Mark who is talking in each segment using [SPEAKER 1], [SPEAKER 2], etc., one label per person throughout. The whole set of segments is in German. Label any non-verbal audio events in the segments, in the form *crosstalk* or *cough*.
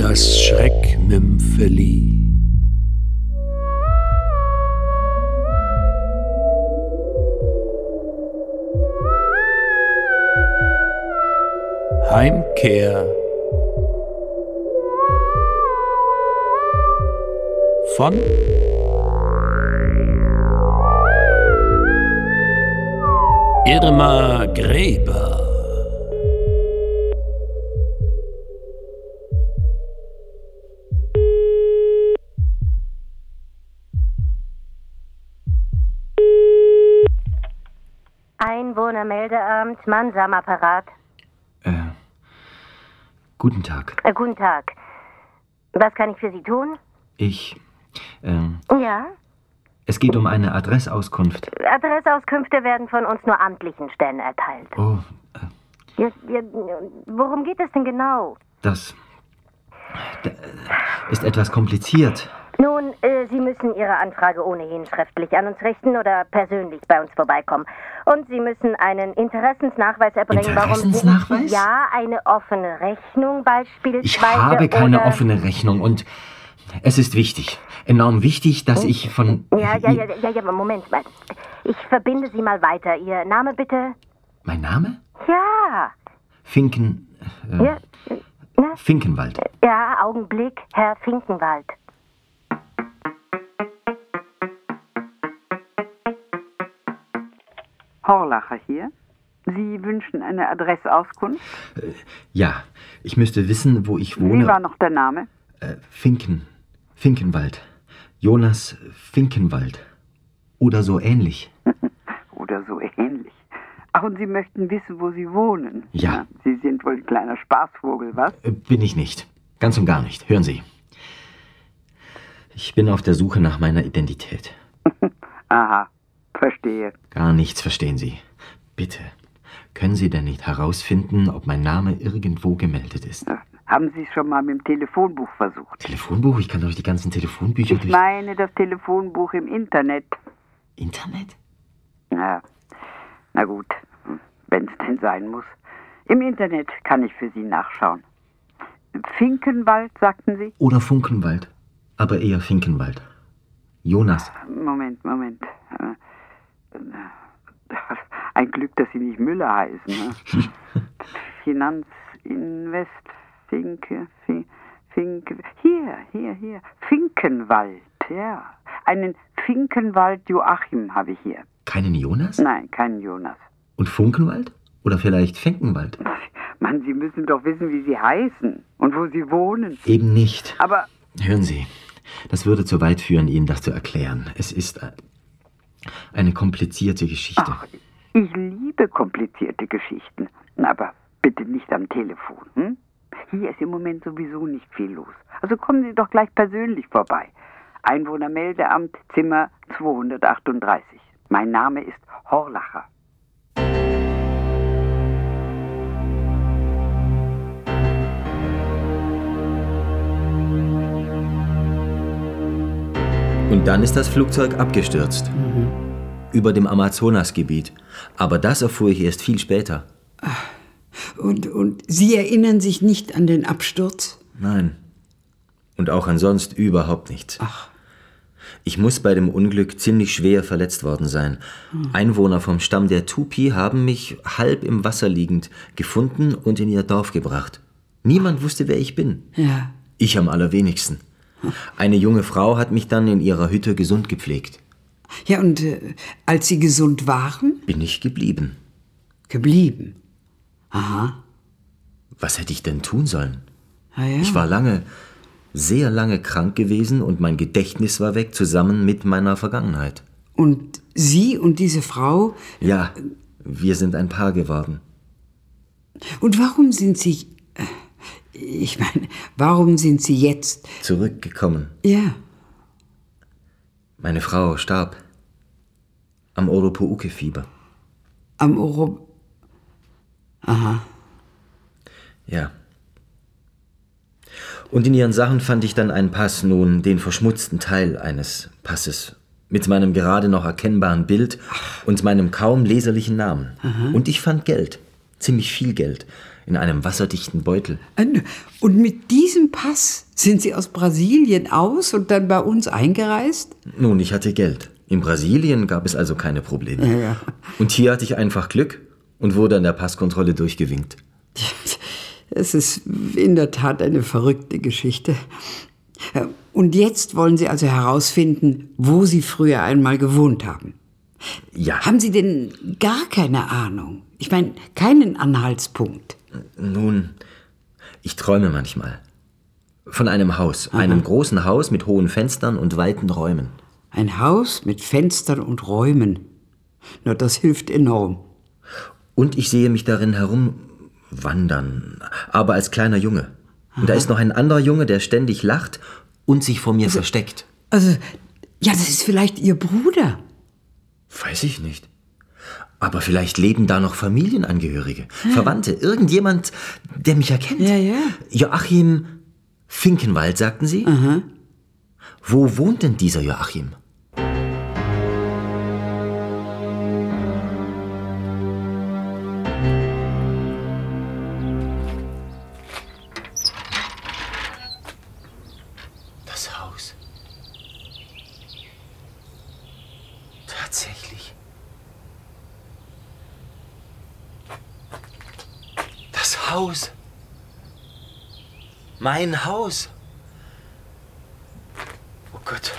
[SPEAKER 1] as Schreck mim verlieh. Heimkehr von Irma Gräber.
[SPEAKER 2] Einwohnermeldeamt, Mann am Apparat.
[SPEAKER 3] Äh, guten Tag.
[SPEAKER 2] Äh, guten Tag. Was kann ich für Sie tun?
[SPEAKER 3] Ich. Ähm,
[SPEAKER 2] Ja?
[SPEAKER 3] es geht um eine Adressauskunft.
[SPEAKER 2] Adressauskünfte werden von uns nur amtlichen Stellen erteilt.
[SPEAKER 3] Oh,
[SPEAKER 2] Ja, ja, worum geht es denn genau?
[SPEAKER 3] das. d- ist etwas kompliziert.
[SPEAKER 2] Nun, äh, Sie müssen Ihre Anfrage ohnehin schriftlich an uns richten oder persönlich bei uns vorbeikommen. Und Sie müssen einen Interessensnachweis erbringen. Warum
[SPEAKER 3] Interessensnachweis?
[SPEAKER 2] Sie, ja, eine offene Rechnung beispielsweise.
[SPEAKER 3] Ich habe keine
[SPEAKER 2] oder,
[SPEAKER 3] offene Rechnung und es ist wichtig, enorm wichtig, dass ich von.
[SPEAKER 2] Ja, ja, ja, ja, ja, Moment mal. Ich verbinde Sie mal weiter. Ihr Name bitte?
[SPEAKER 3] Mein Name?
[SPEAKER 2] Ja.
[SPEAKER 3] Finken. Äh,
[SPEAKER 2] Ja, ne?
[SPEAKER 3] Finkenwald.
[SPEAKER 2] ja, Augenblick, Herr Finkenwald.
[SPEAKER 4] Horlacher hier. Sie wünschen eine Adressauskunft?
[SPEAKER 3] Ja, ich müsste wissen, wo ich
[SPEAKER 4] Wie war
[SPEAKER 3] wohne.
[SPEAKER 4] noch der Name?
[SPEAKER 3] Äh, Finken. Finkenwald. Jonas Finkenwald. Oder so ähnlich.
[SPEAKER 4] Oder so ähnlich. Ach, und Sie möchten wissen, wo Sie wohnen?
[SPEAKER 3] Ja.
[SPEAKER 4] Na, Sie sind wohl ein kleiner Spaßvogel, was?
[SPEAKER 3] Äh, Bin ich nicht. Ganz und gar nicht. Hören Sie. Ich bin auf der Suche nach meiner Identität.
[SPEAKER 4] Aha, verstehe.
[SPEAKER 3] Gar nichts verstehen Sie. Bitte. Können Sie denn nicht herausfinden, ob mein Name irgendwo gemeldet ist?
[SPEAKER 4] Haben Sie es schon mal mit dem Telefonbuch versucht?
[SPEAKER 3] Telefonbuch? Ich kann doch die ganzen Telefonbücher
[SPEAKER 4] Ich
[SPEAKER 3] durch.
[SPEAKER 4] meine das Telefonbuch im Internet.
[SPEAKER 3] Internet?
[SPEAKER 4] Ja. Na gut, wenn es denn sein muss. Im Internet kann ich für Sie nachschauen. Finkenwald, sagten Sie?
[SPEAKER 3] Oder Funkenwald. Aber eher Finkenwald. Jonas.
[SPEAKER 4] Moment, Moment. Äh, äh, Ein Glück, dass Sie nicht Müller heißen. Ne? Finanzinvest, Finke, Fin- Finke. Hier, hier, hier. Finkenwald, ja. Einen Finkenwald Joachim habe ich hier.
[SPEAKER 3] Keinen Jonas?
[SPEAKER 4] Nein, keinen Jonas.
[SPEAKER 3] Und Funkenwald? Oder vielleicht Finkenwald?
[SPEAKER 4] Mann, Sie müssen doch wissen, wie Sie heißen und wo Sie wohnen.
[SPEAKER 3] Eben nicht.
[SPEAKER 4] Aber
[SPEAKER 3] Hören Sie, das würde zu weit führen, Ihnen das zu erklären. Es ist äh, eine komplizierte Geschichte.
[SPEAKER 4] ach, ich liebe komplizierte Geschichten. Aber bitte nicht am Telefon. Hm? Hier ist im Moment sowieso nicht viel los. Also kommen Sie doch gleich persönlich vorbei. Einwohnermeldeamt, Zimmer 238. Mein Name ist Horlacher.
[SPEAKER 3] Und dann ist das Flugzeug abgestürzt. Über dem Amazonasgebiet. Aber das erfuhr ich erst viel später.
[SPEAKER 5] Und, und Sie erinnern sich nicht an den Absturz?
[SPEAKER 3] Nein. Und auch ansonsten überhaupt nichts. Ach. Ich muss bei dem Unglück ziemlich schwer verletzt worden sein. Einwohner vom Stamm der Tupi haben mich halb im Wasser liegend gefunden und in ihr Dorf gebracht. Niemand wusste, wer ich bin.
[SPEAKER 5] Ja.
[SPEAKER 3] Ich am allerwenigsten. Eine junge Frau hat mich dann in ihrer Hütte gesund gepflegt.
[SPEAKER 5] Ja, und äh, als Sie gesund waren?
[SPEAKER 3] Bin ich geblieben.
[SPEAKER 5] Geblieben. Aha.
[SPEAKER 3] Was hätte ich denn tun sollen?
[SPEAKER 5] Ah, ja.
[SPEAKER 3] Ich war lange, sehr lange krank gewesen und mein Gedächtnis war weg, zusammen mit meiner Vergangenheit.
[SPEAKER 5] Und Sie und diese Frau?
[SPEAKER 3] Ja, wir sind ein Paar geworden.
[SPEAKER 5] Und warum sind Sie. äh, Ich meine, warum sind Sie jetzt.
[SPEAKER 3] Zurückgekommen.
[SPEAKER 5] Ja.
[SPEAKER 3] Meine Frau starb. Am Oropouke-Fieber.
[SPEAKER 5] Am Oro.
[SPEAKER 3] Ja. Und in ihren Sachen fand ich dann einen Pass, nun den verschmutzten Teil eines Passes. Mit meinem gerade noch erkennbaren Bild und meinem kaum leserlichen Namen. Und ich fand Geld. Ziemlich viel Geld. in einem wasserdichten Beutel.
[SPEAKER 5] Und mit diesem Pass sind Sie aus Brasilien aus und dann bei uns eingereist?
[SPEAKER 3] Nun, ich hatte Geld. In Brasilien gab es also keine Probleme. Und hier hatte ich einfach Glück und wurde an der Passkontrolle durchgewinkt.
[SPEAKER 5] Es ist in der Tat eine verrückte Geschichte. Und jetzt wollen Sie also herausfinden, wo Sie früher einmal gewohnt haben.
[SPEAKER 3] Ja,
[SPEAKER 5] Haben Sie denn gar keine Ahnung? Ich meine, keinen Anhaltspunkt.
[SPEAKER 3] nun, ich träume manchmal. Von einem Haus, einem großen Haus mit hohen Fenstern und weiten Räumen.
[SPEAKER 5] Ein Haus mit Fenstern und Räumen. Na, das hilft enorm.
[SPEAKER 3] Und ich sehe mich darin herumwandern, aber als kleiner Junge. Und da ist noch ein anderer Junge, der ständig lacht und sich vor mir versteckt.
[SPEAKER 5] Also, ja, das ist vielleicht Ihr Bruder.
[SPEAKER 3] Weiß ich nicht. Aber vielleicht leben da noch Familienangehörige, Verwandte, irgendjemand, der mich erkennt.
[SPEAKER 5] Ja, ja.
[SPEAKER 3] Joachim Finkenwald, sagten Sie? Wo wohnt denn dieser Joachim? Das Haus. Tatsächlich. Das Haus. Mein Haus. Oh Gott.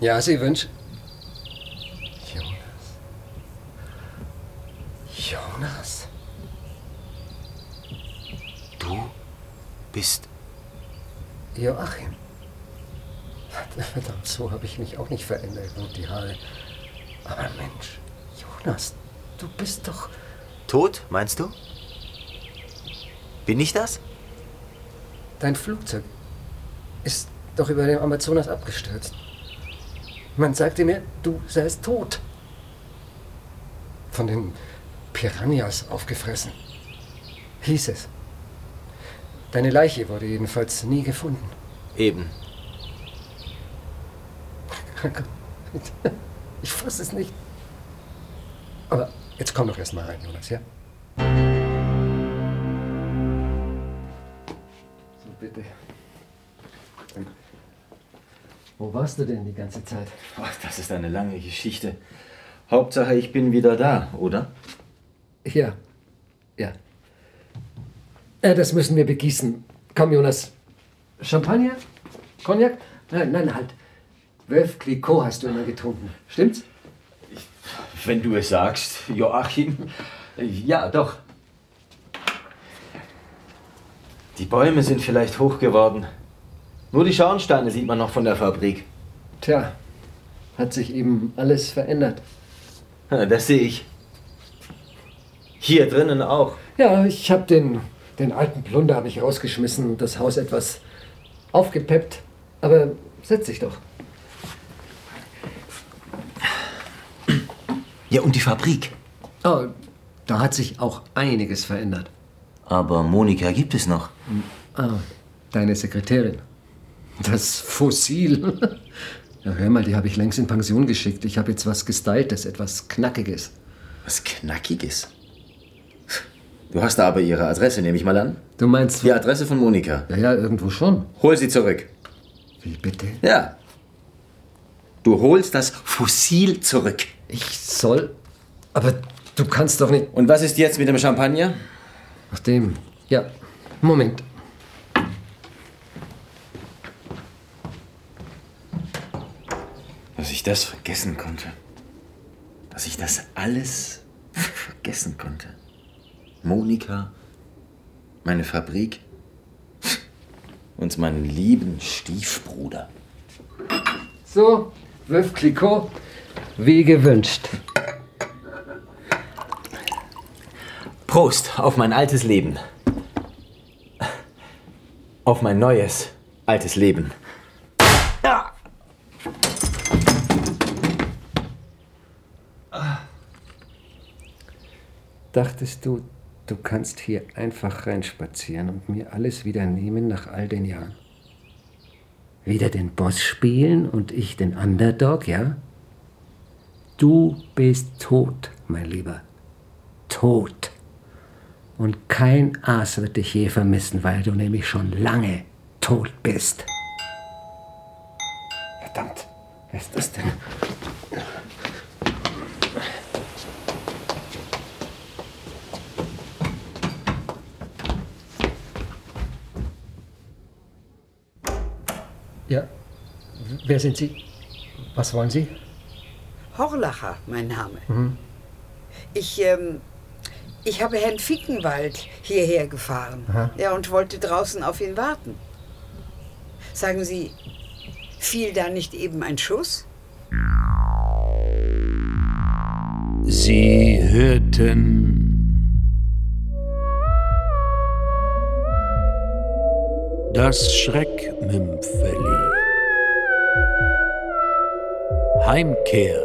[SPEAKER 6] Ja, also Sie wünschen.
[SPEAKER 3] Jonas? Du bist.
[SPEAKER 6] Joachim. Verdammt, so habe ich mich auch nicht verändert. Gut, die Haare. Aber Mensch, Jonas, du bist doch.
[SPEAKER 3] Tot, meinst du? Bin ich das?
[SPEAKER 6] Dein Flugzeug ist doch über dem Amazonas abgestürzt. Man sagte mir, du seist tot. Von den Piranhas aufgefressen. Hieß es. Deine Leiche wurde jedenfalls nie gefunden.
[SPEAKER 3] Eben.
[SPEAKER 6] *laughs* Ich fasse es nicht. Aber jetzt komm doch erst mal rein, Jonas, ja? So, bitte. Wo warst du denn die ganze Zeit?
[SPEAKER 3] Ach, das ist eine lange Geschichte. Hauptsache, ich bin wieder da, oder?
[SPEAKER 6] Ja. Ja. Äh, das müssen wir begießen. Komm, Jonas. Champagner? Cognac? Nein, nein, halt. Wölf Clicquot hast du immer getrunken. Stimmt's?
[SPEAKER 3] Wenn du es sagst, Joachim. Ja, doch. Die Bäume sind vielleicht hoch geworden. Nur die Schornsteine sieht man noch von der Fabrik. *laughs*
[SPEAKER 6] Tja, hat sich eben alles verändert.
[SPEAKER 3] Ja, Das sehe ich. Hier drinnen auch.
[SPEAKER 6] Ja, ich habe den, den alten Plunder habe ich rausgeschmissen und das Haus etwas aufgepeppt. Aber setz dich doch.
[SPEAKER 3] Ja, und die Fabrik.
[SPEAKER 6] Oh, da hat sich auch einiges verändert.
[SPEAKER 3] Aber Monika gibt es noch.
[SPEAKER 6] Ah, deine Sekretärin. Das Fossil. *laughs* Ja, hör mal, die habe ich längst in Pension geschickt. Ich habe jetzt was Gestyltes, etwas Knackiges.
[SPEAKER 3] Was Knackiges. Du hast aber ihre Adresse, nehme ich mal an.
[SPEAKER 6] Du meinst...
[SPEAKER 3] Die Adresse von Monika.
[SPEAKER 6] Ja, ja, irgendwo schon.
[SPEAKER 3] Hol sie zurück.
[SPEAKER 6] Wie bitte?
[SPEAKER 3] Ja. Du holst das Fossil zurück.
[SPEAKER 6] Ich soll... Aber du kannst doch nicht...
[SPEAKER 3] Und was ist jetzt mit dem Champagner?
[SPEAKER 6] Nach dem... Ja, Moment.
[SPEAKER 3] Dass ich das vergessen konnte. Dass ich das alles vergessen konnte. Monika, meine Fabrik und meinen lieben Stiefbruder.
[SPEAKER 6] So, Wölf Clicquot, wie gewünscht.
[SPEAKER 3] Prost auf mein altes Leben. Auf mein neues, altes Leben.
[SPEAKER 6] Dachtest du, du kannst hier einfach reinspazieren und mir alles wieder nehmen nach all den Jahren? wieder den Boss spielen und ich den Underdog, ja? Du bist tot, mein Lieber. Tot. Und kein Aas wird dich je vermissen, weil du nämlich schon lange tot bist. Verdammt, was ist das denn? Ja, wer sind Sie? Was wollen Sie?
[SPEAKER 4] Horlacher, mein Name. Ich, ähm, ich habe Herrn Fickenwald hierher gefahren.
[SPEAKER 6] Aha.
[SPEAKER 4] Ja, und wollte draußen auf ihn warten. Sagen Sie, fiel da nicht eben ein Schuss?
[SPEAKER 1] Sie hörten das Schreckmümpfeli. Heimkehr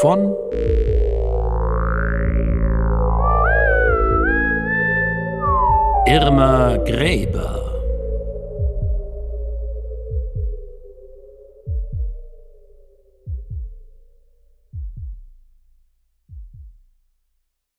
[SPEAKER 1] von Irma Gräber.